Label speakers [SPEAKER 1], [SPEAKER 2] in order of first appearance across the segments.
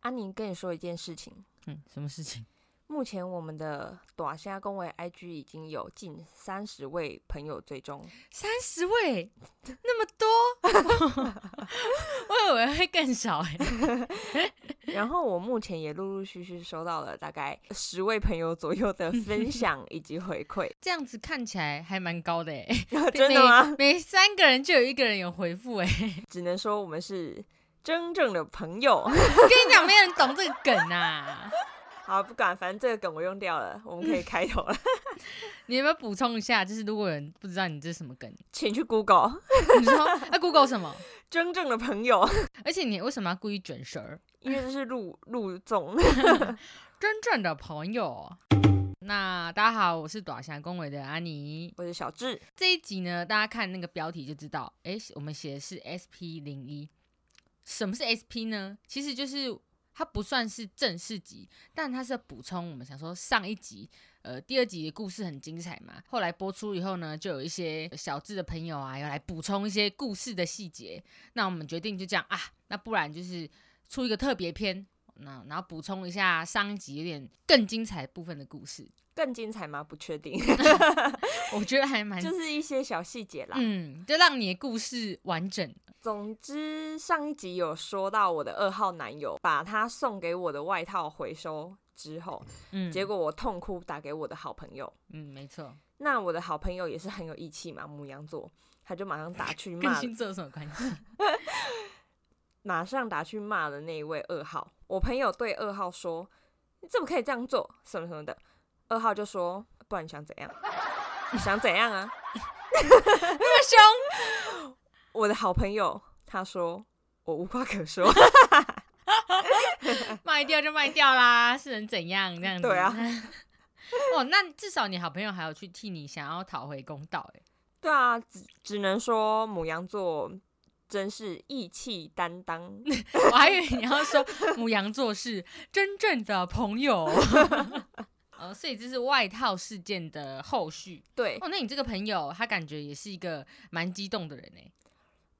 [SPEAKER 1] 安宁啊跟你说一件事情，
[SPEAKER 2] 嗯，什么事情？
[SPEAKER 1] 目前我们的短虾公维 IG 已经有近三十位朋友追踪，
[SPEAKER 2] 三十位，那么多， 我以为会更少哎、
[SPEAKER 1] 然后我目前也陆陆续续收到了大概十位朋友左右的分享以及回馈，
[SPEAKER 2] 这样子看起来还蛮高的哎、
[SPEAKER 1] 真的吗？
[SPEAKER 2] 每？每三个人就有一个人有回复 哎、
[SPEAKER 1] 只能说我们是真正的朋 友。
[SPEAKER 2] 跟你讲，没有人懂这个梗啊！
[SPEAKER 1] 好，不管，反正这个梗我用掉了，我们可以开头 了，
[SPEAKER 2] 你有没有补充一下？就是如果有人不知道你这是什么梗，
[SPEAKER 1] 请去 Google
[SPEAKER 2] 你说啊 Google 什么？
[SPEAKER 1] 真正的朋友，
[SPEAKER 2] 而且你为什么要故意卷舌儿？
[SPEAKER 1] 因为这是陆陆总。
[SPEAKER 2] 真正的朋友。那大家好，我是短翔恭维的安妮。
[SPEAKER 1] 我是小智，
[SPEAKER 2] 这一集呢，大家看那个标题就知道，诶，我们写的是 SP 零一。什么是 SP 呢？其实就是它不算是正式集，但它是补充我们想说上一集，呃，第二集的故事很精彩嘛。后来播出以后呢，就有一些小智的朋友啊，要来补充一些故事的细节。那我们决定就这样啊，那不然就是出一个特别篇。那然后补充一下上一集有点更精彩部分的故事，
[SPEAKER 1] 更精彩吗？不确定，
[SPEAKER 2] 我觉得还 蛮
[SPEAKER 1] 就是一些小细节啦。
[SPEAKER 2] 嗯，就让你的故事完整。
[SPEAKER 1] 总之，上一集有说到我的二号男友把他送给我的外套回收之后，
[SPEAKER 2] 嗯，
[SPEAKER 1] 结果我痛哭打给我的好朋友。
[SPEAKER 2] 嗯，没错，
[SPEAKER 1] 那我的好朋友也是很有义气嘛，母羊座，他就马上打去
[SPEAKER 2] 跟
[SPEAKER 1] 骂，
[SPEAKER 2] 星座有什么关系？
[SPEAKER 1] 马上打去骂了那一位二号。我朋友对二号说：“你怎么可以这样做？什么什么的。”二号就说：“不然你想怎样？你想怎样啊？”
[SPEAKER 2] 那么凶，
[SPEAKER 1] 我的好朋友他说：“我无话可说。”
[SPEAKER 2] 卖掉就卖掉啦， 是能怎样这样子？
[SPEAKER 1] 对啊，
[SPEAKER 2] 哦，那至少你好朋友还有去替你想要讨回公道、欸，
[SPEAKER 1] 对啊，只只能说母羊座真是义气担 当。
[SPEAKER 2] 我还以为你要说母羊座是真正的朋友。 呃，所以这是外套事件的后续
[SPEAKER 1] 对，
[SPEAKER 2] 哦。那你这个朋友，他感觉也是一个蛮激动的人哎、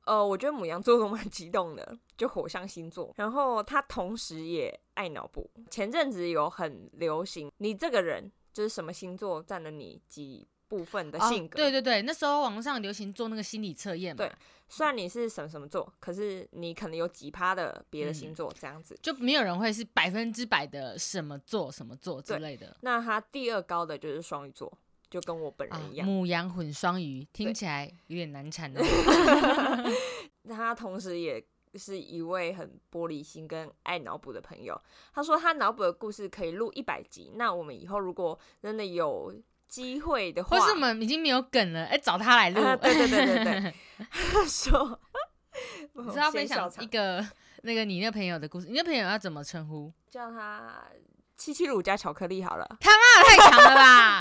[SPEAKER 1] 呃，我觉得母羊座都蛮 激动的，就火象星座。然后他同时也爱脑补。前阵子有很流行，你这个人就是什么星座占了你几部分的性格？
[SPEAKER 2] 哦。对对对，那时候网上流行做那个心理测验嘛，
[SPEAKER 1] 对虽然你是什么什么座，可是你可能有几趴的别的
[SPEAKER 2] 嗯
[SPEAKER 1] 星座这样子。
[SPEAKER 2] 就没有人会是百分之百的什么座什么座之类的。
[SPEAKER 1] 那他第二高的就是双鱼座，就跟我本
[SPEAKER 2] 啊
[SPEAKER 1] 人一，样。
[SPEAKER 2] 母羊混双鱼听起来有点难产哦。
[SPEAKER 1] 那他同时也是一位很玻璃心跟爱脑补的朋友。他说他脑补的故事可以录一百集，那我们以后如果真的有机会的话，
[SPEAKER 2] 或是我们已经没有梗了，哎、找 他来录。
[SPEAKER 1] 啊对对对对对，他说，
[SPEAKER 2] 你是要
[SPEAKER 1] 先
[SPEAKER 2] 分享
[SPEAKER 1] 笑场
[SPEAKER 2] 一个那个你那朋友的故事，你那朋友要怎么称呼？
[SPEAKER 1] 叫他七七乳加巧克力好了，
[SPEAKER 2] 啊，太强 了吧！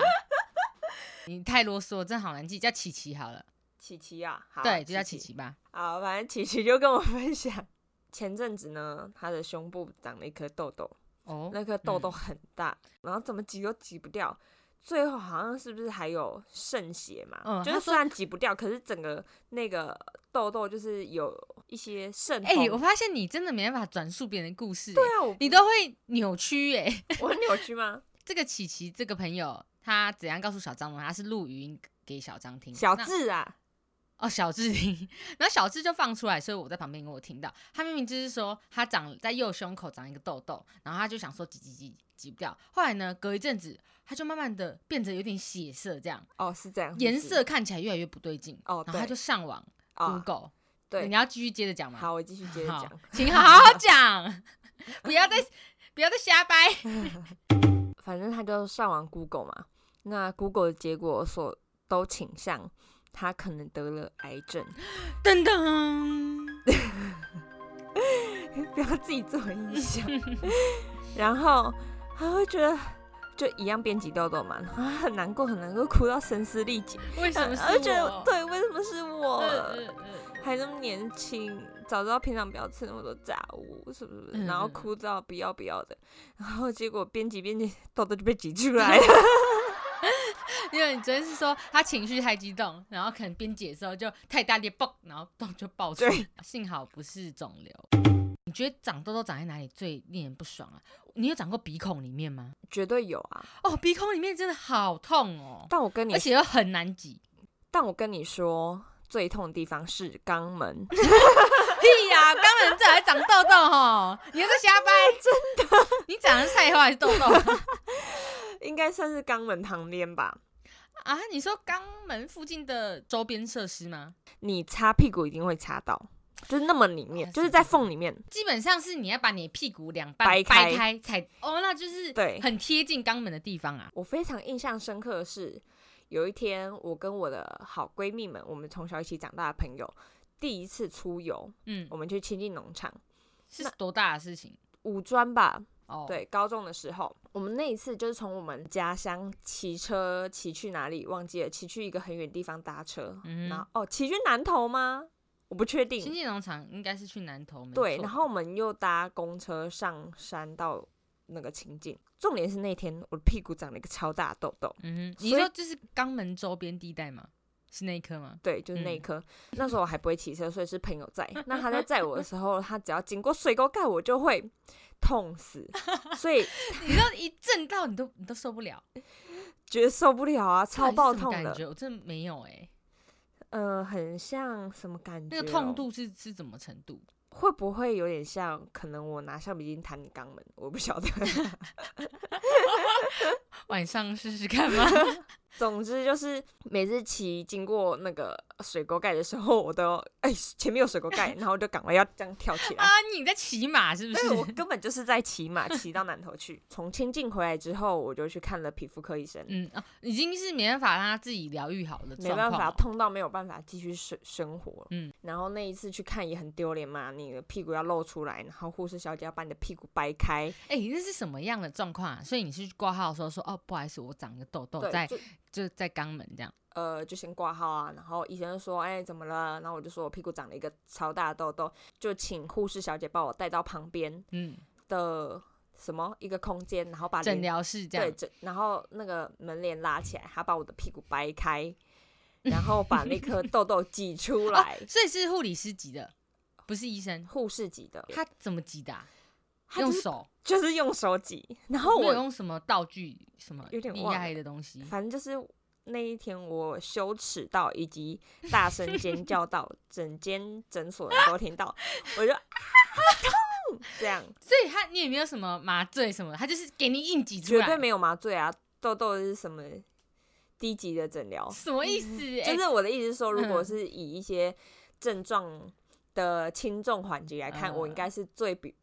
[SPEAKER 2] 你太啰嗦，真好难记，叫琪琪好了。
[SPEAKER 1] 琪琪啊，好
[SPEAKER 2] 对，就叫琪
[SPEAKER 1] 琪
[SPEAKER 2] 琪吧。
[SPEAKER 1] 好，反正琪琪就跟我分享，前阵子呢，他的胸部长了一颗痘痘，
[SPEAKER 2] 哦，
[SPEAKER 1] 那颗痘痘很大，然后怎么挤都挤不掉，最后好像是不是还有渗血嘛？
[SPEAKER 2] 嗯
[SPEAKER 1] 就
[SPEAKER 2] 他
[SPEAKER 1] 是
[SPEAKER 2] 说
[SPEAKER 1] 虽然挤不掉，可是整个那个痘痘就是有一些渗
[SPEAKER 2] 哎、
[SPEAKER 1] 红。
[SPEAKER 2] 我发现你真的没办法转述别人的故事、
[SPEAKER 1] 对
[SPEAKER 2] 哎
[SPEAKER 1] 啊，我
[SPEAKER 2] 你都会扭曲哎、
[SPEAKER 1] 我很扭曲 吗？
[SPEAKER 2] 这个琪琪这个朋友，他怎样告诉小张呢？他是录语音给小张听，
[SPEAKER 1] 小
[SPEAKER 2] 那
[SPEAKER 1] 智啊，
[SPEAKER 2] 哦，小智听，然后小智就放出来，所以我在旁边跟我听到，他明明就是说他长在右胸口长一个痘痘，然后他就想说挤挤挤挤不掉，后来呢，隔一阵子他就慢慢的变得有点血色，这样
[SPEAKER 1] 哦，是这样，
[SPEAKER 2] 颜
[SPEAKER 1] 是不是
[SPEAKER 2] 色看起来越来越不对劲，
[SPEAKER 1] 哦
[SPEAKER 2] 然后他
[SPEAKER 1] 对
[SPEAKER 2] 就上网
[SPEAKER 1] 哦，
[SPEAKER 2] Google，、
[SPEAKER 1] 对
[SPEAKER 2] 你，要继续接着讲吗？，
[SPEAKER 1] 好，我继续接着
[SPEAKER 2] 好
[SPEAKER 1] 讲。
[SPEAKER 2] 请 好好讲，不要再不要再瞎掰，
[SPEAKER 1] 反正他就上网 Google 嘛，那 Google 的结果所都倾向他可能得了癌症，
[SPEAKER 2] 噔噔，
[SPEAKER 1] 不要自己做音响。 然后他会觉得就一样编辑豆豆嘛，他很难过，很难过，哭到声嘶力竭，
[SPEAKER 2] 为什么是
[SPEAKER 1] 而且
[SPEAKER 2] 我
[SPEAKER 1] 对，为什么是我？
[SPEAKER 2] 嗯嗯嗯
[SPEAKER 1] 还那么年轻，早知道平常不要吃那么多炸物，是不是？
[SPEAKER 2] 嗯
[SPEAKER 1] 然后
[SPEAKER 2] 嗯
[SPEAKER 1] 哭到不要不要的，然后结果编辑编辑豆豆就被挤出来了。
[SPEAKER 2] 因为你昨天是说他情绪太激动，然后可能边解的时候就太大力蹦，然后洞就爆出来。幸好不是肿瘤。你你觉得长痘痘长在哪里最令人不爽啊？你有长过鼻孔里面吗？
[SPEAKER 1] 绝对有啊。
[SPEAKER 2] 哦，鼻孔里面真的好痛哦，
[SPEAKER 1] 但我跟你
[SPEAKER 2] 而，且又很难挤。
[SPEAKER 1] 但我跟你说，最痛的地方是肛 门。
[SPEAKER 2] 屁呀、肛门这还长痘痘哈？你又在瞎掰， 真的？你长的是菜花还是痘痘
[SPEAKER 1] 应该算是肛门旁边吧。
[SPEAKER 2] 啊？你说肛门附近的周边设施吗？
[SPEAKER 1] 你擦屁股一定会擦到，就是那么里面，
[SPEAKER 2] 哦
[SPEAKER 1] 就是在缝里面。
[SPEAKER 2] 基本上是你要把你的屁股两半
[SPEAKER 1] 掰
[SPEAKER 2] 掰
[SPEAKER 1] 开
[SPEAKER 2] 开才哦，那就是
[SPEAKER 1] 对
[SPEAKER 2] 很贴近肛门的地方啊。
[SPEAKER 1] 我非常印象深刻的是，有一天我跟我的好闺蜜们，我们从小一起长大的朋友，第一次出游，
[SPEAKER 2] 嗯，
[SPEAKER 1] 我们去亲近农场
[SPEAKER 2] 是多大的事情
[SPEAKER 1] 五专吧，
[SPEAKER 2] 哦？，
[SPEAKER 1] 对，高中的时候，我们那一次就是从我们家乡骑车骑去哪里忘记了，骑去一个很远地方搭车，
[SPEAKER 2] 嗯哼
[SPEAKER 1] 然后哦，骑去南投吗？我不确
[SPEAKER 2] 新
[SPEAKER 1] 定。
[SPEAKER 2] 进农场应该是去南投，没
[SPEAKER 1] 对，
[SPEAKER 2] 错
[SPEAKER 1] 然后我们又搭公车上山到那个清境。重点是那天我的屁股长了一个超大的痘痘，
[SPEAKER 2] 嗯哼，你
[SPEAKER 1] 所以
[SPEAKER 2] 说就是肛门周边地带吗？是那一颗吗？
[SPEAKER 1] 对，就是那一
[SPEAKER 2] 嗯
[SPEAKER 1] 颗。那时候我还不会骑车，所以是朋友载。那他在载我的时候，他只要经过水沟盖，我就会痛 死，所以
[SPEAKER 2] 你说一震到你都你都受不了，
[SPEAKER 1] 觉得受不了啊，超爆
[SPEAKER 2] 到底是什
[SPEAKER 1] 痛
[SPEAKER 2] 么
[SPEAKER 1] 的
[SPEAKER 2] 感。觉我真的没有哎、
[SPEAKER 1] 呃，很像什么感觉、哦
[SPEAKER 2] 那个痛，度是是怎么程度？
[SPEAKER 1] 会不会有点像？可能我拿橡皮筋弹你肛门，我不晓得。
[SPEAKER 2] 晚上试试 看吗？
[SPEAKER 1] 总之就是每次骑经过那个水沟盖的时候，我都哎、前面有水沟盖，然后就赶快要这样跳起来。
[SPEAKER 2] 啊，你在骑马是不
[SPEAKER 1] 但是我
[SPEAKER 2] 是？
[SPEAKER 1] 根本就是在骑马骑到南头去。从清境回来之后，我就去看了皮肤科医生，
[SPEAKER 2] 嗯啊，已经是没办法让他自己疗愈好的
[SPEAKER 1] 没
[SPEAKER 2] 状
[SPEAKER 1] 办
[SPEAKER 2] 况
[SPEAKER 1] 法，
[SPEAKER 2] 了。
[SPEAKER 1] 痛到没有办法继续生生活。
[SPEAKER 2] 嗯，
[SPEAKER 1] 然后那一次去看也很丢脸嘛，你的屁股要露出来，然后护士小姐要把你的屁股掰开，
[SPEAKER 2] 哎、那是什么样的状况啊？所以你是去挂号的时候说，哦，不好意思，我长个痘痘
[SPEAKER 1] 对，
[SPEAKER 2] 哦在
[SPEAKER 1] 就
[SPEAKER 2] 就在肛门这样。
[SPEAKER 1] 呃，就先挂号啊，然后医生就说，哎、怎么了？然后我就说我屁股长了一个超大的痘痘，就请护士小姐把我带到旁边
[SPEAKER 2] 嗯，的
[SPEAKER 1] 什么一个空间，然后把
[SPEAKER 2] 诊
[SPEAKER 1] 帘
[SPEAKER 2] 疗室这
[SPEAKER 1] 对
[SPEAKER 2] 样。
[SPEAKER 1] 诊，然后那个门帘拉起来，她把我的屁股掰开，然后把那 颗痘痘挤出来，
[SPEAKER 2] 所以是护理师挤的，不是医生。
[SPEAKER 1] 护士挤的，
[SPEAKER 2] 他怎么挤的啊、
[SPEAKER 1] 她
[SPEAKER 2] 用
[SPEAKER 1] 就是
[SPEAKER 2] 手，
[SPEAKER 1] 就是用手挤，然后
[SPEAKER 2] 没
[SPEAKER 1] 我
[SPEAKER 2] 有用什么道具，什么
[SPEAKER 1] 有点
[SPEAKER 2] 厉
[SPEAKER 1] 忘
[SPEAKER 2] 害的东西。
[SPEAKER 1] 反正就是那一天我羞耻到，以及大声尖叫到，整间诊所的人都听到，我就啊痛，这样
[SPEAKER 2] 所以他你也没有什么麻醉什么的，他就是给你硬挤出
[SPEAKER 1] 绝
[SPEAKER 2] 来
[SPEAKER 1] 对，没有麻醉啊，痘痘是什么低级的诊疗？
[SPEAKER 2] 什么意思？哎
[SPEAKER 1] 嗯就是我的意思是说，如果
[SPEAKER 2] 嗯
[SPEAKER 1] 是以一些症状的轻重缓急来看，
[SPEAKER 2] 嗯
[SPEAKER 1] 我应该是最 比。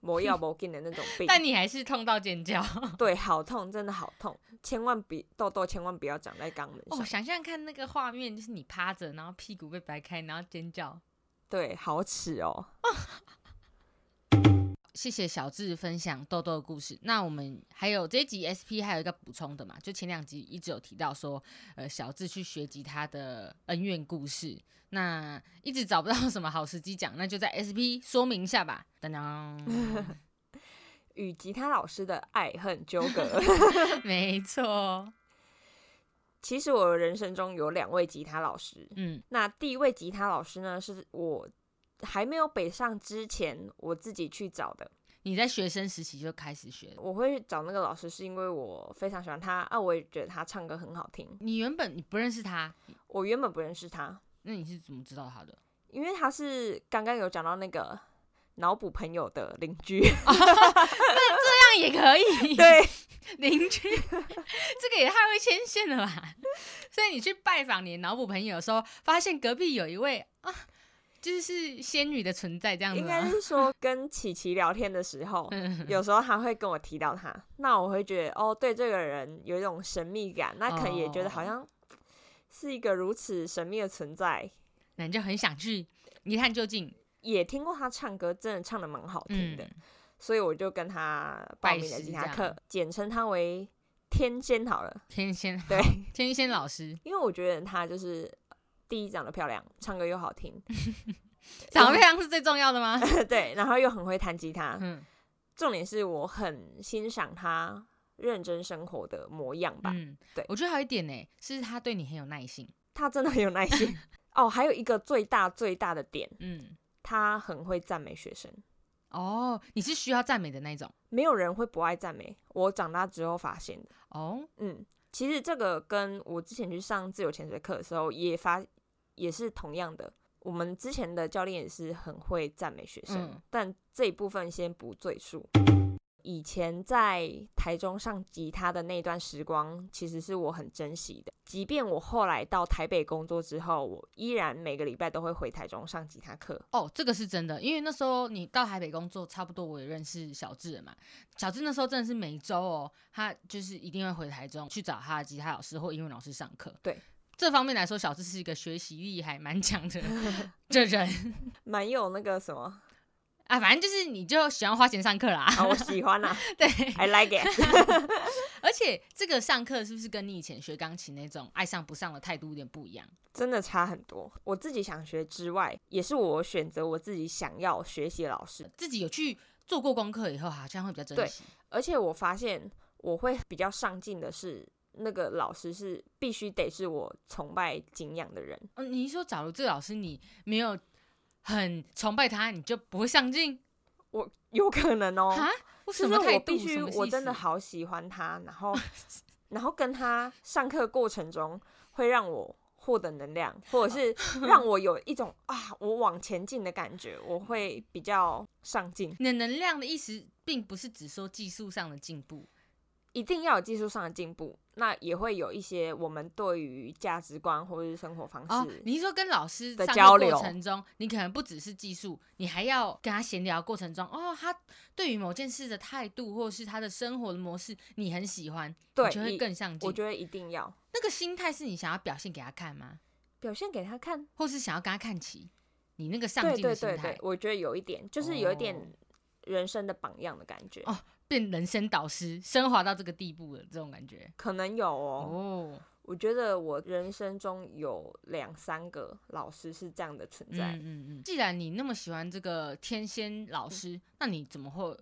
[SPEAKER 1] 魔药魔劲的那种病，
[SPEAKER 2] 但你还是痛到尖叫。
[SPEAKER 1] 对，好痛，真的好痛，千万别痘痘，千万不要长在肛门上
[SPEAKER 2] 哦，，想象看那个画面，就是你趴着，然后屁股被掰开，然后尖叫。
[SPEAKER 1] 对，好耻哦。
[SPEAKER 2] 谢谢小智分享豆豆的故事。那我们还有这一集 SP 还有一个补充的嘛，就前两集一直有提到说，呃，小智去学吉他的恩怨故事。那一直找不到什么好时机讲，那就在 SP 说明一下吧。当当，
[SPEAKER 1] 与吉他老师的爱恨纠葛。
[SPEAKER 2] 没错，
[SPEAKER 1] 其实我人生中有两位吉他老师，
[SPEAKER 2] 嗯
[SPEAKER 1] 那第一位吉他老师呢，是我还没有北上之前我自己去找的。
[SPEAKER 2] 你在学生时期就开始学了。
[SPEAKER 1] 我会找那个老师，是因为我非常喜欢他啊，我也觉得他唱歌很好听。
[SPEAKER 2] 你原本你不认识他，
[SPEAKER 1] 我原本不认识他，
[SPEAKER 2] 那你是怎么知道他的？
[SPEAKER 1] 因为他是刚刚有讲到那个脑补朋友的邻居，
[SPEAKER 2] 这样也可 以。
[SPEAKER 1] 对，
[SPEAKER 2] 邻居，这个也太会牵线了吧？ 所以你去拜访你的脑补朋友的时候，发现隔壁有一位啊，就是仙女的存在这样子
[SPEAKER 1] 应该
[SPEAKER 2] 吗？
[SPEAKER 1] 是说跟琪琪聊天的时
[SPEAKER 2] 嗯
[SPEAKER 1] 候， 有时候他会跟我提到他，那我会觉得哦，对这个人有一种神秘感，那可能也觉得
[SPEAKER 2] 哦
[SPEAKER 1] 好像是一个如此神秘的存在。
[SPEAKER 2] 那你就很想去一探究竟。
[SPEAKER 1] 也听过他唱歌，真的唱的蛮好听
[SPEAKER 2] 嗯
[SPEAKER 1] 的，，所以我就跟他报名了吉他
[SPEAKER 2] 拜师这
[SPEAKER 1] 课
[SPEAKER 2] 样，
[SPEAKER 1] 简称他为天仙好了，
[SPEAKER 2] 天仙
[SPEAKER 1] 对，
[SPEAKER 2] 天仙老师
[SPEAKER 1] 因为我觉得他就是第一长得漂亮，唱歌又好 听，
[SPEAKER 2] 长得漂亮是最重要 的吗？
[SPEAKER 1] 对，然后又很会弹吉他，
[SPEAKER 2] 嗯
[SPEAKER 1] 重点是我很欣赏他认真生活的模样吧。
[SPEAKER 2] 嗯，
[SPEAKER 1] 对
[SPEAKER 2] 我觉得还有一点呢，是他对你很有耐心。
[SPEAKER 1] 他真的很有耐心。哦，还有一个最大最大的点，
[SPEAKER 2] 嗯，
[SPEAKER 1] 他很会赞美学生。
[SPEAKER 2] 哦，你是需要赞美的那一种
[SPEAKER 1] 没有人会不爱赞美，我长大之后发现的。
[SPEAKER 2] 哦，
[SPEAKER 1] 嗯，其实这个跟我之前去上自由潜水课的时候也发也是同样的。我们之前的教练也是很会赞美学生，
[SPEAKER 2] 嗯
[SPEAKER 1] 但这一部分先不赘述。以前在台中上吉他的那段时光，其实是我很珍惜的。即便我后来到台北工作之后，我依然每个礼拜都会回台中上吉他课。
[SPEAKER 2] 哦，这个是真的，因为那时候你到台北工作，差不多我也认识小智了嘛。小智那时候真的是每周哦，他就是一定会回台中去找他的吉他老师或英文老师上课。
[SPEAKER 1] 对，
[SPEAKER 2] 这方面来说，小智是一个学习力还蛮强的的人
[SPEAKER 1] 蛮有那个什么
[SPEAKER 2] 啊。反正就是你就喜欢花钱上课啦。
[SPEAKER 1] 啊，我喜欢啊
[SPEAKER 2] 对，
[SPEAKER 1] ，I like it。
[SPEAKER 2] 而且这个上课是不是跟你以前学钢琴那种爱上不上的态度有点不一样？
[SPEAKER 1] 真的差很多。我自己想学之外，也是我选择我自己想要学习的老师，
[SPEAKER 2] 自己有去做过功课以后，好像会比较珍
[SPEAKER 1] 对
[SPEAKER 2] 惜。
[SPEAKER 1] 而且我发现我会比较上进的是，那个老师是必须得是我崇拜敬仰的人。
[SPEAKER 2] 嗯，你是说假如这个老师你没有很崇拜他，你就不会上进
[SPEAKER 1] 我有可能哦、
[SPEAKER 2] 啊？我
[SPEAKER 1] 就
[SPEAKER 2] 什
[SPEAKER 1] 是
[SPEAKER 2] 么态
[SPEAKER 1] 我
[SPEAKER 2] 度？
[SPEAKER 1] 必须
[SPEAKER 2] 什么意思
[SPEAKER 1] 我真的好喜欢他，然 后然后跟他上课过程中会让我。获得能量，或者是让我有一种啊，我往前进的感觉，我会比较上进。
[SPEAKER 2] 你的能量的意思，并不是只说技术上的进步，
[SPEAKER 1] 一定要有技术上的进步，那也会有一些我们对于价值观或者是生活方
[SPEAKER 2] 哦
[SPEAKER 1] 式，。
[SPEAKER 2] 你是说跟老师
[SPEAKER 1] 的
[SPEAKER 2] 上
[SPEAKER 1] 交
[SPEAKER 2] 课
[SPEAKER 1] 流
[SPEAKER 2] 过程中，你可能不只是技术，你还要跟他闲聊过程中，哦，他对于某件事的态度，或是他的生活的模式，你很喜欢，
[SPEAKER 1] 对
[SPEAKER 2] 你就
[SPEAKER 1] 一
[SPEAKER 2] 会更上进
[SPEAKER 1] 我。觉得一定要
[SPEAKER 2] 那个心态是你想要表现给他看吗？
[SPEAKER 1] 表现给他看。
[SPEAKER 2] 或是想要跟他看齐？你那个上
[SPEAKER 1] 对
[SPEAKER 2] 进的
[SPEAKER 1] 对
[SPEAKER 2] 心态
[SPEAKER 1] 对对，我觉得有一点，就是有一
[SPEAKER 2] 哦
[SPEAKER 1] 点人生的榜样的感觉，
[SPEAKER 2] 哦变人生导师，升华到这个地步了，这种感觉。
[SPEAKER 1] 可能有哦。
[SPEAKER 2] 哦，
[SPEAKER 1] 我觉得我人生中有两三个老师是这样的存
[SPEAKER 2] 嗯
[SPEAKER 1] 在。
[SPEAKER 2] 嗯嗯。嗯既然你那么喜欢这个天仙老师，那你怎么会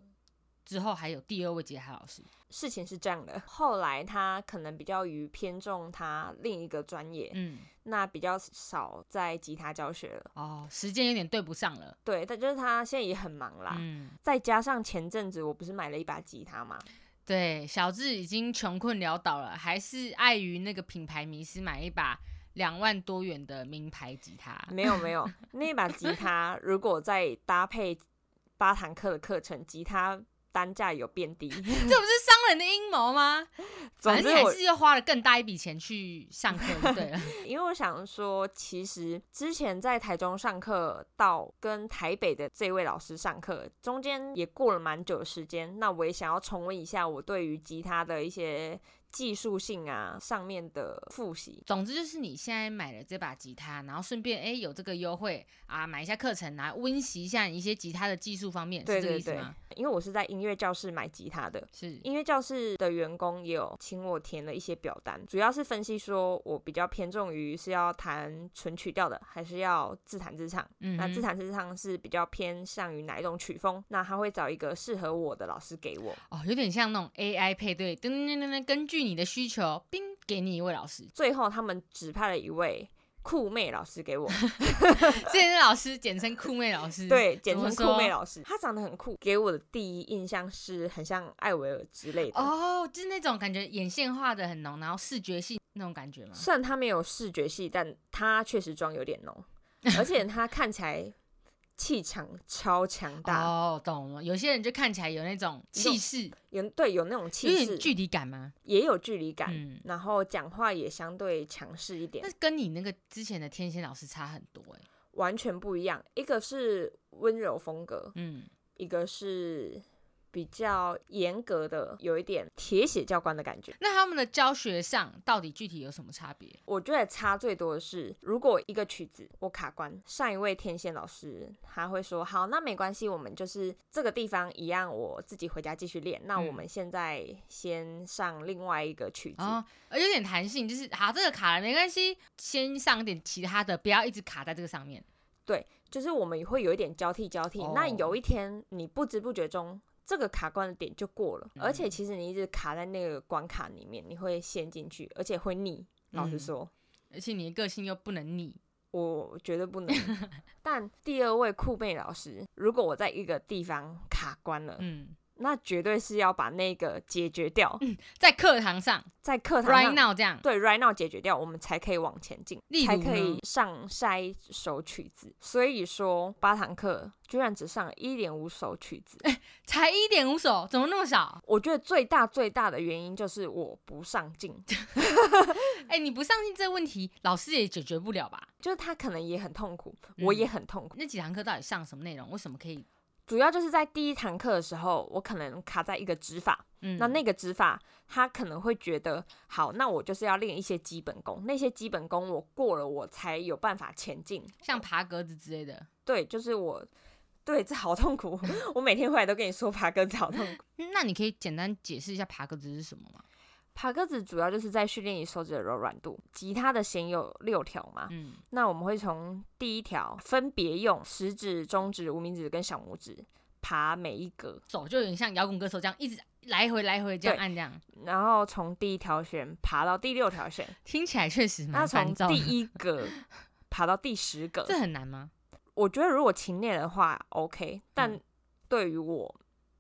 [SPEAKER 2] 之后还有第二位吉他老师？
[SPEAKER 1] 事情是这样的，后来他可能比较于偏重他另一个专业，
[SPEAKER 2] 嗯，
[SPEAKER 1] 那比较少在吉他教学了。
[SPEAKER 2] 哦，时间有点对不上了。
[SPEAKER 1] 对，但就是他现在也很忙啦。
[SPEAKER 2] 嗯，
[SPEAKER 1] 再加上前阵子我不是买了一把吉他嘛，
[SPEAKER 2] 对，小智已经穷困潦倒了，还是碍于那个品牌迷失，买一把两万多元的名牌吉他。
[SPEAKER 1] 没有没 有，那把吉他如果再搭配八堂课的课程，吉他单价有变 低。
[SPEAKER 2] 这不是商人的阴谋吗？
[SPEAKER 1] 总
[SPEAKER 2] 反
[SPEAKER 1] 之
[SPEAKER 2] 正你还
[SPEAKER 1] 我
[SPEAKER 2] 是又花了更大一笔钱去上课，就对了。
[SPEAKER 1] 因为我想说，其实之前在台中上课到跟台北的这位老师上课，中间也过了蛮久的时间，那我也想要重温一下我对于吉他的一些技术性啊上面的复习。
[SPEAKER 2] 总之就是你现在买了这把吉他，然后顺便哎、诶有这个优惠啊，买一下课程啊，温习一下你一些吉他的技术方面，
[SPEAKER 1] 对
[SPEAKER 2] 是这个
[SPEAKER 1] 对
[SPEAKER 2] 意思
[SPEAKER 1] 对
[SPEAKER 2] 吗？，
[SPEAKER 1] 因为我是在音乐教室买吉他的，
[SPEAKER 2] 是
[SPEAKER 1] 音乐教室的员工也有请我填了一些表单，主要是分析说我比较偏重于是要弹纯曲调的，还是要自弹自唱。
[SPEAKER 2] 嗯
[SPEAKER 1] 那
[SPEAKER 2] 哼
[SPEAKER 1] 自弹自唱是比较偏向于哪一种曲风？那他会找一个适合我的老师给我。
[SPEAKER 2] 哦，有点像那种 AI 配对，噔噔噔噔，根据你的需求，冰给你一位老师。
[SPEAKER 1] 最后他们指派了一位酷妹老师 给我，
[SPEAKER 2] 这位老师简称酷妹老 师，，
[SPEAKER 1] 对，简
[SPEAKER 2] 怎么
[SPEAKER 1] 称酷妹
[SPEAKER 2] 说
[SPEAKER 1] 老师。她长得很酷，给我的第一印象是很像艾薇儿之类的。
[SPEAKER 2] 哦，就是那种感觉眼线画的很浓，然后视觉系那种感觉吗？
[SPEAKER 1] 虽然他没有视觉系，但他确实妆有点 浓，而且他看起来气场超强大，
[SPEAKER 2] 哦，懂了。有些人就看起来有那种气势，
[SPEAKER 1] 有对有那种
[SPEAKER 2] 有
[SPEAKER 1] 气
[SPEAKER 2] 点
[SPEAKER 1] 势，
[SPEAKER 2] 距离感吗？
[SPEAKER 1] 也有距离感，
[SPEAKER 2] 嗯，
[SPEAKER 1] 然后讲话也相对强势一点
[SPEAKER 2] 那，跟你那个之前的天蝎老师差很多哎、
[SPEAKER 1] 完全不一样。一个是温柔风格，
[SPEAKER 2] 嗯，
[SPEAKER 1] 一个是比较严格的，有一点铁血教官的感觉。
[SPEAKER 2] 那他们的教学上到底具体有什么差别？
[SPEAKER 1] 我觉得差最多的是，如果一个曲子我卡关，上一位天线老师他会说：“好，那没关系，我们就是这个地方一样，我自己回家继续练。那
[SPEAKER 2] 嗯
[SPEAKER 1] 我们现在先上另外一个曲子。
[SPEAKER 2] 哦，呃有点弹性，就是好，这个卡了没关系，先上一点其他的，不要一直卡在这个上面。
[SPEAKER 1] 就是我们会有一点交替交替。
[SPEAKER 2] 哦
[SPEAKER 1] 那有一天你不知不觉中。这个卡关的点就过了，
[SPEAKER 2] 嗯
[SPEAKER 1] 而且其实你一直卡在那个关卡里面，你会陷进去，而且会腻。老实
[SPEAKER 2] 嗯
[SPEAKER 1] 说，
[SPEAKER 2] 而且你的个性又不能逆，
[SPEAKER 1] 我绝对不能。但第二位酷妹老师，如果我在一个地方卡关了，
[SPEAKER 2] 嗯，
[SPEAKER 1] 那绝对是要把那个解决掉，
[SPEAKER 2] 在课堂上
[SPEAKER 1] 在课堂
[SPEAKER 2] 嗯，right
[SPEAKER 1] 上
[SPEAKER 2] now 这样，
[SPEAKER 1] 对 right now 解决掉，我们才可以往前进
[SPEAKER 2] 例，如
[SPEAKER 1] 才
[SPEAKER 2] 呢
[SPEAKER 1] 可以上下一首曲子。所以说八堂课居然只上了一点五首曲子，
[SPEAKER 2] 哎才一点五首，怎么那么少？
[SPEAKER 1] 我觉得最大最大的原因就是我不上进，
[SPEAKER 2] 哎、你不上进这个问题，老师也解决不了吧？
[SPEAKER 1] 就是他可能也很痛苦，我
[SPEAKER 2] 嗯
[SPEAKER 1] 也很痛苦。
[SPEAKER 2] 那几堂课到底上什么内容？为什么可以？
[SPEAKER 1] 主要就是在第一堂课的时候，我可能卡在一个指法，
[SPEAKER 2] 嗯，
[SPEAKER 1] 那那个指法，他可能会觉得，好，那我就是要练一些基本功，那些基本功我过了，我才有办法前进。
[SPEAKER 2] 像爬格子之类的，
[SPEAKER 1] 对，就是我，对，这好痛 苦。我每天回来都跟你说爬格子好痛苦。
[SPEAKER 2] 嗯那你可以简单解释一下爬格子是什么吗？
[SPEAKER 1] 爬格子主要就是在训练你手指的柔软度。吉他的弦有六条嘛，
[SPEAKER 2] 嗯，
[SPEAKER 1] 那我们会从第一条分别用食指、中指、无名指跟小拇指爬每一格，
[SPEAKER 2] 手就有点像摇滚歌手这样，一直来回来回这样
[SPEAKER 1] 对
[SPEAKER 2] 按这样，
[SPEAKER 1] 然后从第一条弦爬到第六条弦，
[SPEAKER 2] 听起来确实
[SPEAKER 1] 那
[SPEAKER 2] 蛮
[SPEAKER 1] 从
[SPEAKER 2] 烦躁
[SPEAKER 1] 第
[SPEAKER 2] 的。
[SPEAKER 1] 一格 爬到第十 格，
[SPEAKER 2] 这很难吗？
[SPEAKER 1] 我觉得如果勤练的话，OK，但
[SPEAKER 2] 嗯
[SPEAKER 1] 对于我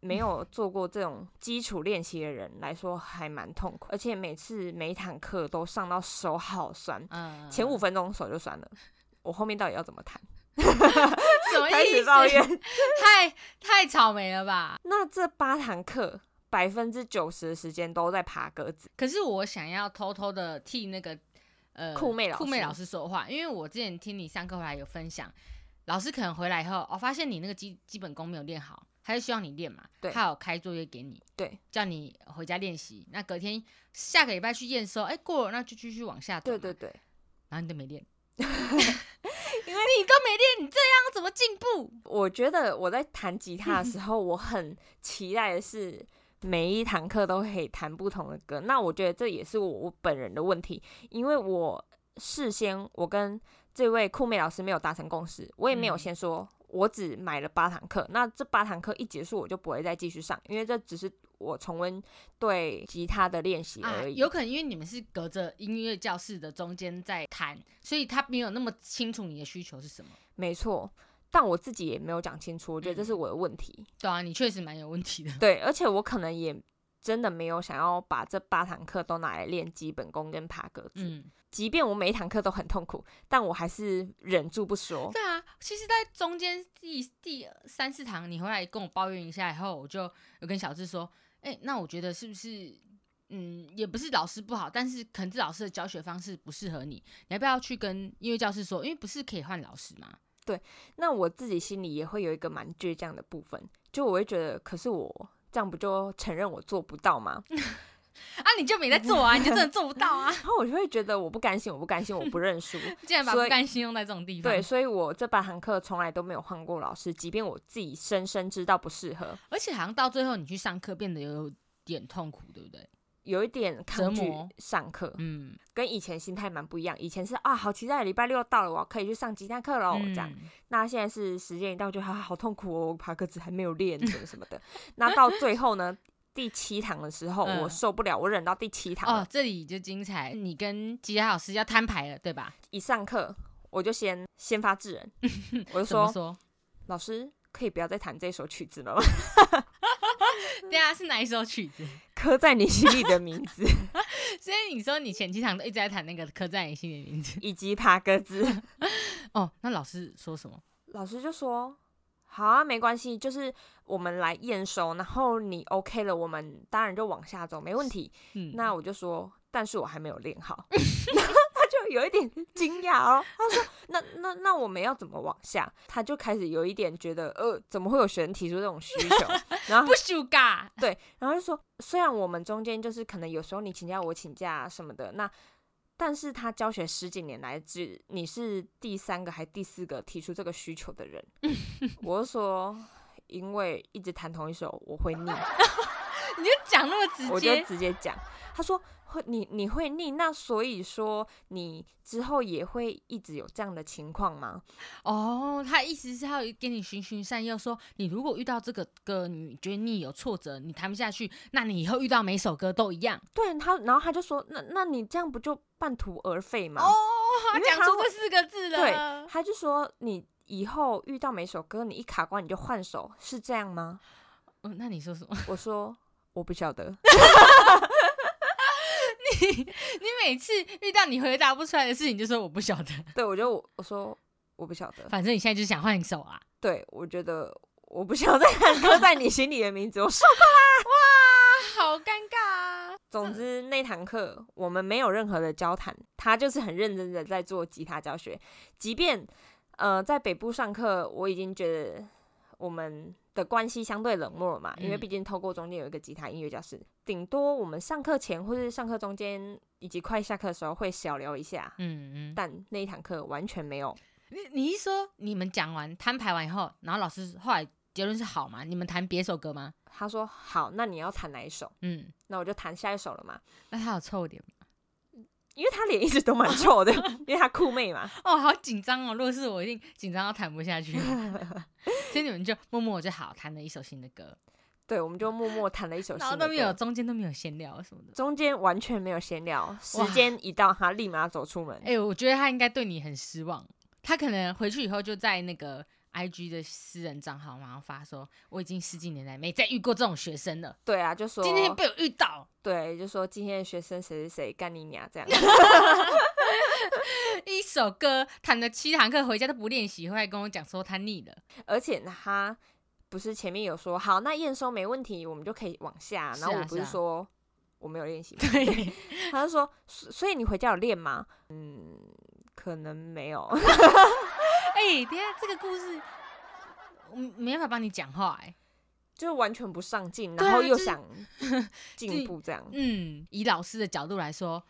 [SPEAKER 1] 没有做过这种基础练习的人来说，还蛮痛苦，而且每次每一堂课都上到手好酸，
[SPEAKER 2] 嗯，
[SPEAKER 1] 前五分钟手就酸了。我后面到底要怎么弹？
[SPEAKER 2] 什么
[SPEAKER 1] 开
[SPEAKER 2] 意
[SPEAKER 1] 始
[SPEAKER 2] 思？
[SPEAKER 1] 抱怨。
[SPEAKER 2] 太太草莓了吧？
[SPEAKER 1] 那这八堂课，百分之九十的时间都在爬格子。
[SPEAKER 2] 可是我想要偷偷的替那个呃
[SPEAKER 1] 酷妹老
[SPEAKER 2] 酷妹
[SPEAKER 1] 师
[SPEAKER 2] 老师说话，因为我之前听你上课回来有分享，老师可能回来以后，哦，发现你那个基基本功没有练好，他就希望你练嘛，
[SPEAKER 1] 对
[SPEAKER 2] 他有开作业给你，
[SPEAKER 1] 对，
[SPEAKER 2] 叫你回家练习。那隔天下个礼拜去验收，哎、过了，那就继续往下走。
[SPEAKER 1] 对对，对，
[SPEAKER 2] 然后你都没练，
[SPEAKER 1] 因为
[SPEAKER 2] 你都没练，你这样怎么进步？
[SPEAKER 1] 我觉得我在弹吉他
[SPEAKER 2] 嗯
[SPEAKER 1] 的时候，我很期待的是每一堂课都可以弹不同的歌。那我觉得这也是我我本人的问题，因为我事先我跟这位酷妹老师没有达成共识，我也没有
[SPEAKER 2] 嗯
[SPEAKER 1] 先说，我只买了八堂课。那这八堂课一结束，我就不会再继续上，因为这只是我重温对吉他的练习
[SPEAKER 2] 啊，
[SPEAKER 1] 而已。
[SPEAKER 2] 有可能因为你们是隔着音乐教室的中间在谈，所以他没有那么清楚你的需求是什么。
[SPEAKER 1] 没错。但我自己也没有讲清楚，我觉得这
[SPEAKER 2] 嗯
[SPEAKER 1] 是我的问题。
[SPEAKER 2] 对啊，你确实蛮有问题的。
[SPEAKER 1] 对，而且我可能也真的没有想要把这八堂课都拿来练基本功跟爬格子。
[SPEAKER 2] 嗯，
[SPEAKER 1] 即便我每一堂课都很痛苦，但我还是忍住不说。
[SPEAKER 2] 对啊，其实，在中间第第三四堂，你回来跟我抱怨一下以后，我就有跟小智说，哎、那我觉得是不是，嗯，也不是老师不好，但是可能是老师的教学方式不适合你，你要不要去跟音乐教室说？因为不是可以换老师吗？
[SPEAKER 1] 那我自己心里也会有一个蛮倔强的部分，就我会觉得，可是我这样不就承认我做不到吗？ ，
[SPEAKER 2] 啊，你就没在做啊，你就真的做不到啊
[SPEAKER 1] 然后我就会觉得我不甘心，我不甘心，我不认输。
[SPEAKER 2] 竟然把
[SPEAKER 1] 所以
[SPEAKER 2] 不甘心用在这种地方。
[SPEAKER 1] 对，，所以我这八堂课从来都没有换过老师，即便我自己深深知道不适合，
[SPEAKER 2] 而且好像到最后你去上课变得有点痛苦，对不对？
[SPEAKER 1] 有一点抗拒
[SPEAKER 2] 折磨
[SPEAKER 1] 上课。
[SPEAKER 2] 嗯，
[SPEAKER 1] 跟以前心态蛮不一样。以前是啊，好期待礼拜六到了，我可以去上吉他课喽，哦这样。
[SPEAKER 2] 嗯
[SPEAKER 1] 那现在是时间一到，就啊好痛苦哦，我爬格子还没有练什么什么的。那到最后呢，第七堂的时候，
[SPEAKER 2] 嗯
[SPEAKER 1] 我受不了，我忍到第七堂了
[SPEAKER 2] 哦，这里就精彩，你跟吉他老师要摊牌了，对吧？
[SPEAKER 1] 一上课我就先先发制 人，我就
[SPEAKER 2] 怎么
[SPEAKER 1] 说
[SPEAKER 2] 说？
[SPEAKER 1] 老师可以不要再弹这首曲子了吗？
[SPEAKER 2] 对啊，是哪一首曲子？
[SPEAKER 1] 刻在你心里的名字，
[SPEAKER 2] 所以你说你前几堂都一直在谈那个刻在你心里的名字
[SPEAKER 1] 以及爬格子。
[SPEAKER 2] 哦，那老师说什么？
[SPEAKER 1] 老师就说：“好啊，没关系，就是我们来验收，然后你 OK 了，我们当然就往下走，没问题。
[SPEAKER 2] 嗯，
[SPEAKER 1] 那我就说，但是我还没有练好。 然后他就有一点惊讶哦，他说：“那那那我们要怎么往下？”他就开始有一点觉得，呃，怎么会有学生提出这种需求？ 然后
[SPEAKER 2] 不修嘎，
[SPEAKER 1] 对，然后就说，虽然我们中间就是可能有时候你请假，我请假啊什么的，那。但是他教学十几年来，只你是第三个还第四个提出这个需求的 人，我就说，因为一直弹同一首，我会腻。
[SPEAKER 2] 你就讲那么
[SPEAKER 1] 我
[SPEAKER 2] 直
[SPEAKER 1] 就
[SPEAKER 2] 接，
[SPEAKER 1] 直接讲，他说会你你会腻，那所以说你之后也会一直有这样的情况吗？
[SPEAKER 2] 哦，他意思是要给你循循善诱，说你如果遇到这个歌，你觉得你有挫折，你弹不下去，那你以后遇到每首歌都一样。
[SPEAKER 1] 对他，然后他就说，那那你这样不就半途而废吗？
[SPEAKER 2] 哦，哇，
[SPEAKER 1] 因为
[SPEAKER 2] 讲
[SPEAKER 1] 他
[SPEAKER 2] 出
[SPEAKER 1] 会
[SPEAKER 2] 这四个字
[SPEAKER 1] 对
[SPEAKER 2] 了，，
[SPEAKER 1] 他就说你以后遇到每首歌你一卡关你就换手，是这样吗？
[SPEAKER 2] 嗯，那你说什么？
[SPEAKER 1] 我说我不晓得，
[SPEAKER 2] 你每次遇到你回答不出来的事情，就说我不晓得，
[SPEAKER 1] 对我就我我说我不晓得，
[SPEAKER 2] 反正你现在就是想换手啊。
[SPEAKER 1] 对我觉得我不想再看刻在你心里的名字，我说。
[SPEAKER 2] 啊好尴尬啊！
[SPEAKER 1] 总之，那堂课我们没有任何的交谈，他就是很认真的在做吉他教学。即便呃在北部上课，我已经觉得我们的关系相对冷漠了嘛，因为
[SPEAKER 2] 嗯
[SPEAKER 1] 毕竟透过中间有一个吉他音乐教室，顶多我们上课前或是上课中间以及快下课的时候会小聊一下，
[SPEAKER 2] 嗯嗯，
[SPEAKER 1] 但那一堂课完全没有。
[SPEAKER 2] 你你一说你们讲完摊牌完以后，然后老师后来结论是好吗？你们弹别首歌吗？
[SPEAKER 1] 他说好，那你要弹哪一首？
[SPEAKER 2] 嗯，
[SPEAKER 1] 那我就弹下一首了嘛，
[SPEAKER 2] 那他有臭脸吗？
[SPEAKER 1] 因为他脸一直都蛮 臭的，因为他酷妹嘛。
[SPEAKER 2] 哦，好紧张哦！如果是我，一定紧张到弹不下 去。所以你们就默默就好弹了一首新的歌，
[SPEAKER 1] 对，我们就默默弹了一首
[SPEAKER 2] 然后
[SPEAKER 1] 新的
[SPEAKER 2] 都没有
[SPEAKER 1] 歌，
[SPEAKER 2] 中间都没有闲聊什么的。
[SPEAKER 1] 中间完全没有闲聊。时
[SPEAKER 2] 哇
[SPEAKER 1] 间一到，他立马走出门。
[SPEAKER 2] 哎、我觉得他应该对你很失望，他可能回去以后就在那个 I G 的私人账号马上发说，我已经十几年来没再遇过这种学生了，
[SPEAKER 1] 对啊，就说
[SPEAKER 2] 今天被我遇到，
[SPEAKER 1] 对，就说今天的学生谁谁谁干你娘这 样。
[SPEAKER 2] 一首歌弹了七堂课，回家都不练习，后来跟我讲说他腻了，
[SPEAKER 1] 而且呢他不是前面有说好，那验收没问题，我们就可以往下。
[SPEAKER 2] 是
[SPEAKER 1] 然后我
[SPEAKER 2] 啊
[SPEAKER 1] 不
[SPEAKER 2] 是
[SPEAKER 1] 是
[SPEAKER 2] 啊
[SPEAKER 1] 说我没有练习吗，
[SPEAKER 2] 对，
[SPEAKER 1] 他就说所所以你回家有练吗？嗯，可能没有。
[SPEAKER 2] 哎、等一下这个故事。我没办法帮你讲话哎、
[SPEAKER 1] 就完全不上进，
[SPEAKER 2] 对啊
[SPEAKER 1] 然后又
[SPEAKER 2] 就是
[SPEAKER 1] 想进步，这 样。
[SPEAKER 2] 嗯，以老师的角度来说，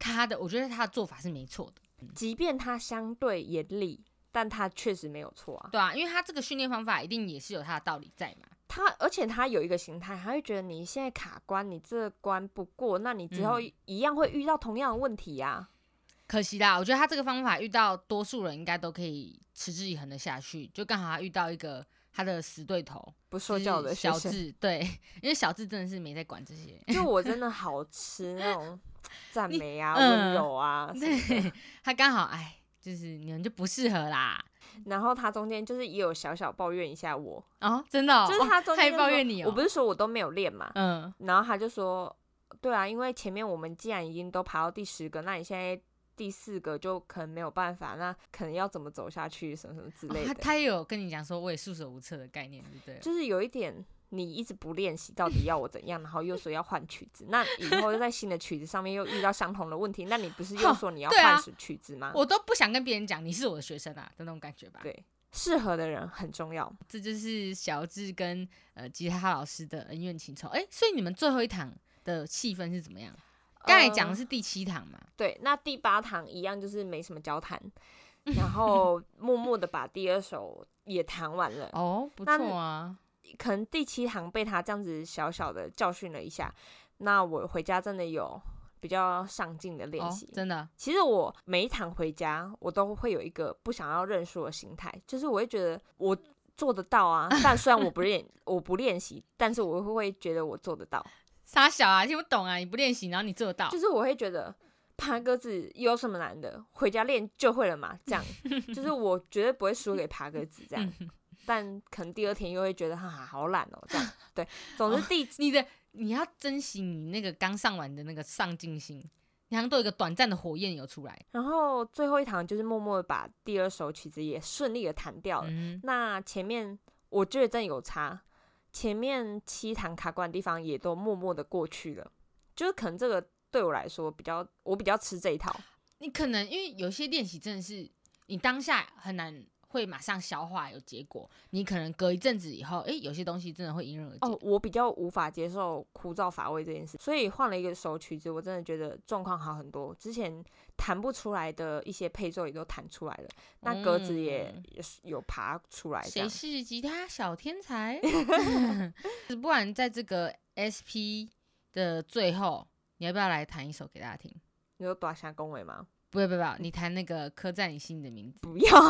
[SPEAKER 2] 他的我觉得他的做法是没错的，
[SPEAKER 1] 即便他相对严厉，但他确实没有错啊。
[SPEAKER 2] 对啊，因为他这个训练方法一定也是有他的道理在嘛，
[SPEAKER 1] 他而且他有一个心态，他会觉得你现在卡关，你这关不过，那你之后
[SPEAKER 2] 嗯
[SPEAKER 1] 一样会遇到同样的问题啊。
[SPEAKER 2] 可惜啦，我觉得他这个方法遇到多数人应该都可以持之以恒的下去，就刚好他遇到一个他的死对头，
[SPEAKER 1] 不
[SPEAKER 2] 就
[SPEAKER 1] 受
[SPEAKER 2] 是
[SPEAKER 1] 教的学
[SPEAKER 2] 小
[SPEAKER 1] 生，
[SPEAKER 2] 智，对，因为小智真的是没在管 这些，
[SPEAKER 1] 就我真的好吃那 种赞
[SPEAKER 2] 你
[SPEAKER 1] 美啊、
[SPEAKER 2] 嗯
[SPEAKER 1] 温柔啊什么的。
[SPEAKER 2] 对， 他刚好哎，就是你们就不适合啦，
[SPEAKER 1] 然后他中间就是也有小小抱怨一下我，
[SPEAKER 2] 哦，真的、哦，
[SPEAKER 1] 就是他中
[SPEAKER 2] 还
[SPEAKER 1] 间就
[SPEAKER 2] 抱
[SPEAKER 1] 说
[SPEAKER 2] 怨你哦，
[SPEAKER 1] 我不是说我都没有练嘛，
[SPEAKER 2] 嗯，
[SPEAKER 1] 然后他就说：“对啊，因为前面我们既然已经都爬到第十个，那你现在第四个就可能没有办法，那可能要怎么走下去，什么什么之
[SPEAKER 2] 哦
[SPEAKER 1] 类
[SPEAKER 2] 他
[SPEAKER 1] 的。
[SPEAKER 2] 他也有跟你讲说我也束手无策的概念，对不对了？
[SPEAKER 1] 就是有一点，你一直不练习，到底要我怎样？然后又说要换曲子，那以后又在新的曲子上面又遇到相同的问题，那你不是又说你要
[SPEAKER 2] 对啊
[SPEAKER 1] 换曲子吗？
[SPEAKER 2] 我都不想跟别人讲你是我的学生啊的那种感觉吧。
[SPEAKER 1] 对适合的人很重要。
[SPEAKER 2] 这就是小智跟呃吉他老师的恩怨情仇。哎，所以你们最后一堂的气氛是怎么样？刚才讲的
[SPEAKER 1] 呃
[SPEAKER 2] 是第七堂嘛，
[SPEAKER 1] 对，那第八堂一样就是没什么交 谈，然后默默的把第二首也弹完了。
[SPEAKER 2] 哦，不
[SPEAKER 1] 那
[SPEAKER 2] 错啊，
[SPEAKER 1] 可能第七堂被他这样子小小的教训了一下，那我回家真的有比较上进的练
[SPEAKER 2] 哦
[SPEAKER 1] 习，。
[SPEAKER 2] 真的，
[SPEAKER 1] 其实我每一堂回家，我都会有一个不想要认输的心态，就是我会觉得我做得到啊，但虽然我不练，我不练习，但是我会觉得我做得到，
[SPEAKER 2] 傻小啊，听不懂啊，你不练习，然后你做得到
[SPEAKER 1] 就，是我会觉得。爬鸽子有什么难的？回家练就会了嘛。这样就是我绝对不会输给爬鸽子这样，但可能第二天又会觉得哈哈好懒哦这样。对，总之第
[SPEAKER 2] 你的你要珍惜你那个刚上完的那个上进心，你好像都有一个短暂的火焰有出来。
[SPEAKER 1] 然后最后一堂就是默默的把第二首曲子也顺利的弹掉了。
[SPEAKER 2] 嗯，
[SPEAKER 1] 那前面我觉得真的有差，前面七堂卡关的地方也都默默的过去了，就是可能这个对我来说比较，我比较吃这一套。
[SPEAKER 2] 你可能因为有些练习真的是你当下很难。会马上消化有结果，你可能隔一阵子以后，诶，有些东西真的会迎刃而解。
[SPEAKER 1] 哦，我比较无法接受枯燥乏味这件事，所以换了一个首曲子，我真的觉得状况好很多。之前弹不出来的一些配奏也都弹出来了，那格子也、
[SPEAKER 2] 嗯
[SPEAKER 1] 也是有爬出来。这
[SPEAKER 2] 谁
[SPEAKER 1] 样。
[SPEAKER 2] 是吉他小天 才？ 不然在这个 SP 的最后，你要不要来弹一首给大家听？
[SPEAKER 1] 你有短下恭维吗？
[SPEAKER 2] 不要不要不要，你弹那个刻在你心里的名字，
[SPEAKER 1] 不要，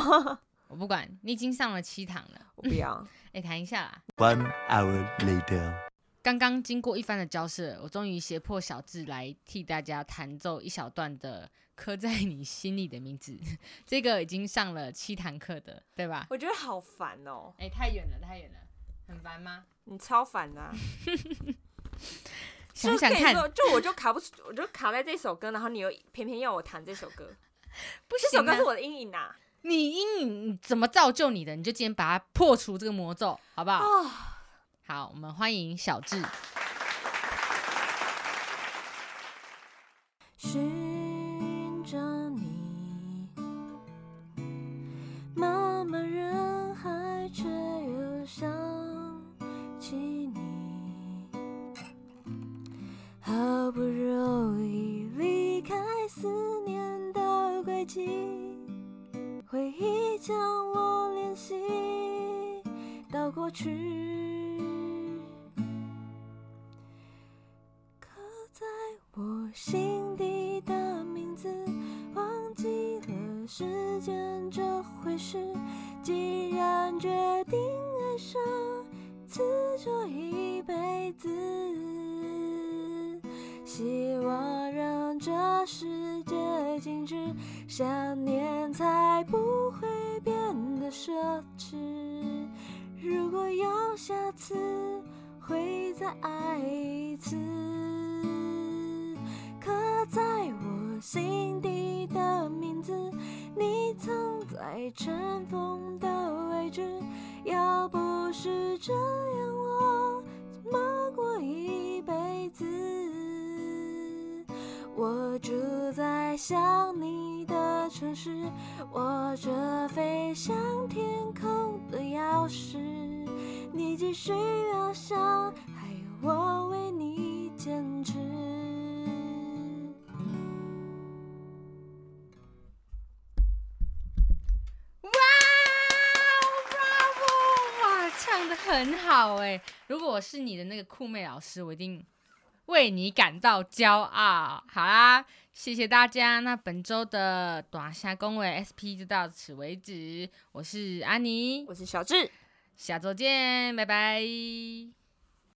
[SPEAKER 2] 我不管，你已经上了七堂了，
[SPEAKER 1] 我不要。
[SPEAKER 2] 哎、弹一下啦。
[SPEAKER 3] One hour later.
[SPEAKER 2] 刚刚经过一番的交涉，我终于胁迫小智来替大家弹奏一小段的《刻在你心里的名字》，这个已经上了七堂课的，对吧？
[SPEAKER 4] 我觉得好烦哦、
[SPEAKER 2] 哎、太远了，太远了，很烦吗？
[SPEAKER 4] 你超烦啊呐、
[SPEAKER 2] 想想
[SPEAKER 4] 就跟你
[SPEAKER 2] 看，
[SPEAKER 4] 说，就我就卡不出，我就卡在这首歌，然后你又偏偏要我弹这首 歌，
[SPEAKER 2] 不
[SPEAKER 4] 这
[SPEAKER 2] 行、
[SPEAKER 4] 首歌
[SPEAKER 2] 啊
[SPEAKER 4] 是，我的阴影呐、
[SPEAKER 2] 你因你你怎么造就你的，你就今天把它破除这个魔咒，好不好？
[SPEAKER 4] 哦，
[SPEAKER 2] 好，我们欢迎小智。
[SPEAKER 4] 寻找你，茫茫人海，却又想起你。好不容易离开思念的轨迹，回忆将我联系到过去。刻在我心底的名字，忘记了时间这回事。既然决定爱上，此就一辈子。希望让这世界静止，想念才不会变得奢侈。如果有下次，会再爱一次。刻在我心底的名字，你藏在尘封的位置。要不是这样，我怎么过一辈子？我住在想你的城市，握着飞向天空的钥匙。你继续翱翔，还有我为你坚持。
[SPEAKER 2] 哇哇哇！唱的很好哎、如果我是你的那个酷妹老师，我一定为你感到骄傲。好啦，谢谢大家。那本周的短下公维 SP 就到此为止。我是安妮，
[SPEAKER 4] 我是小智。
[SPEAKER 2] 下周见，拜拜。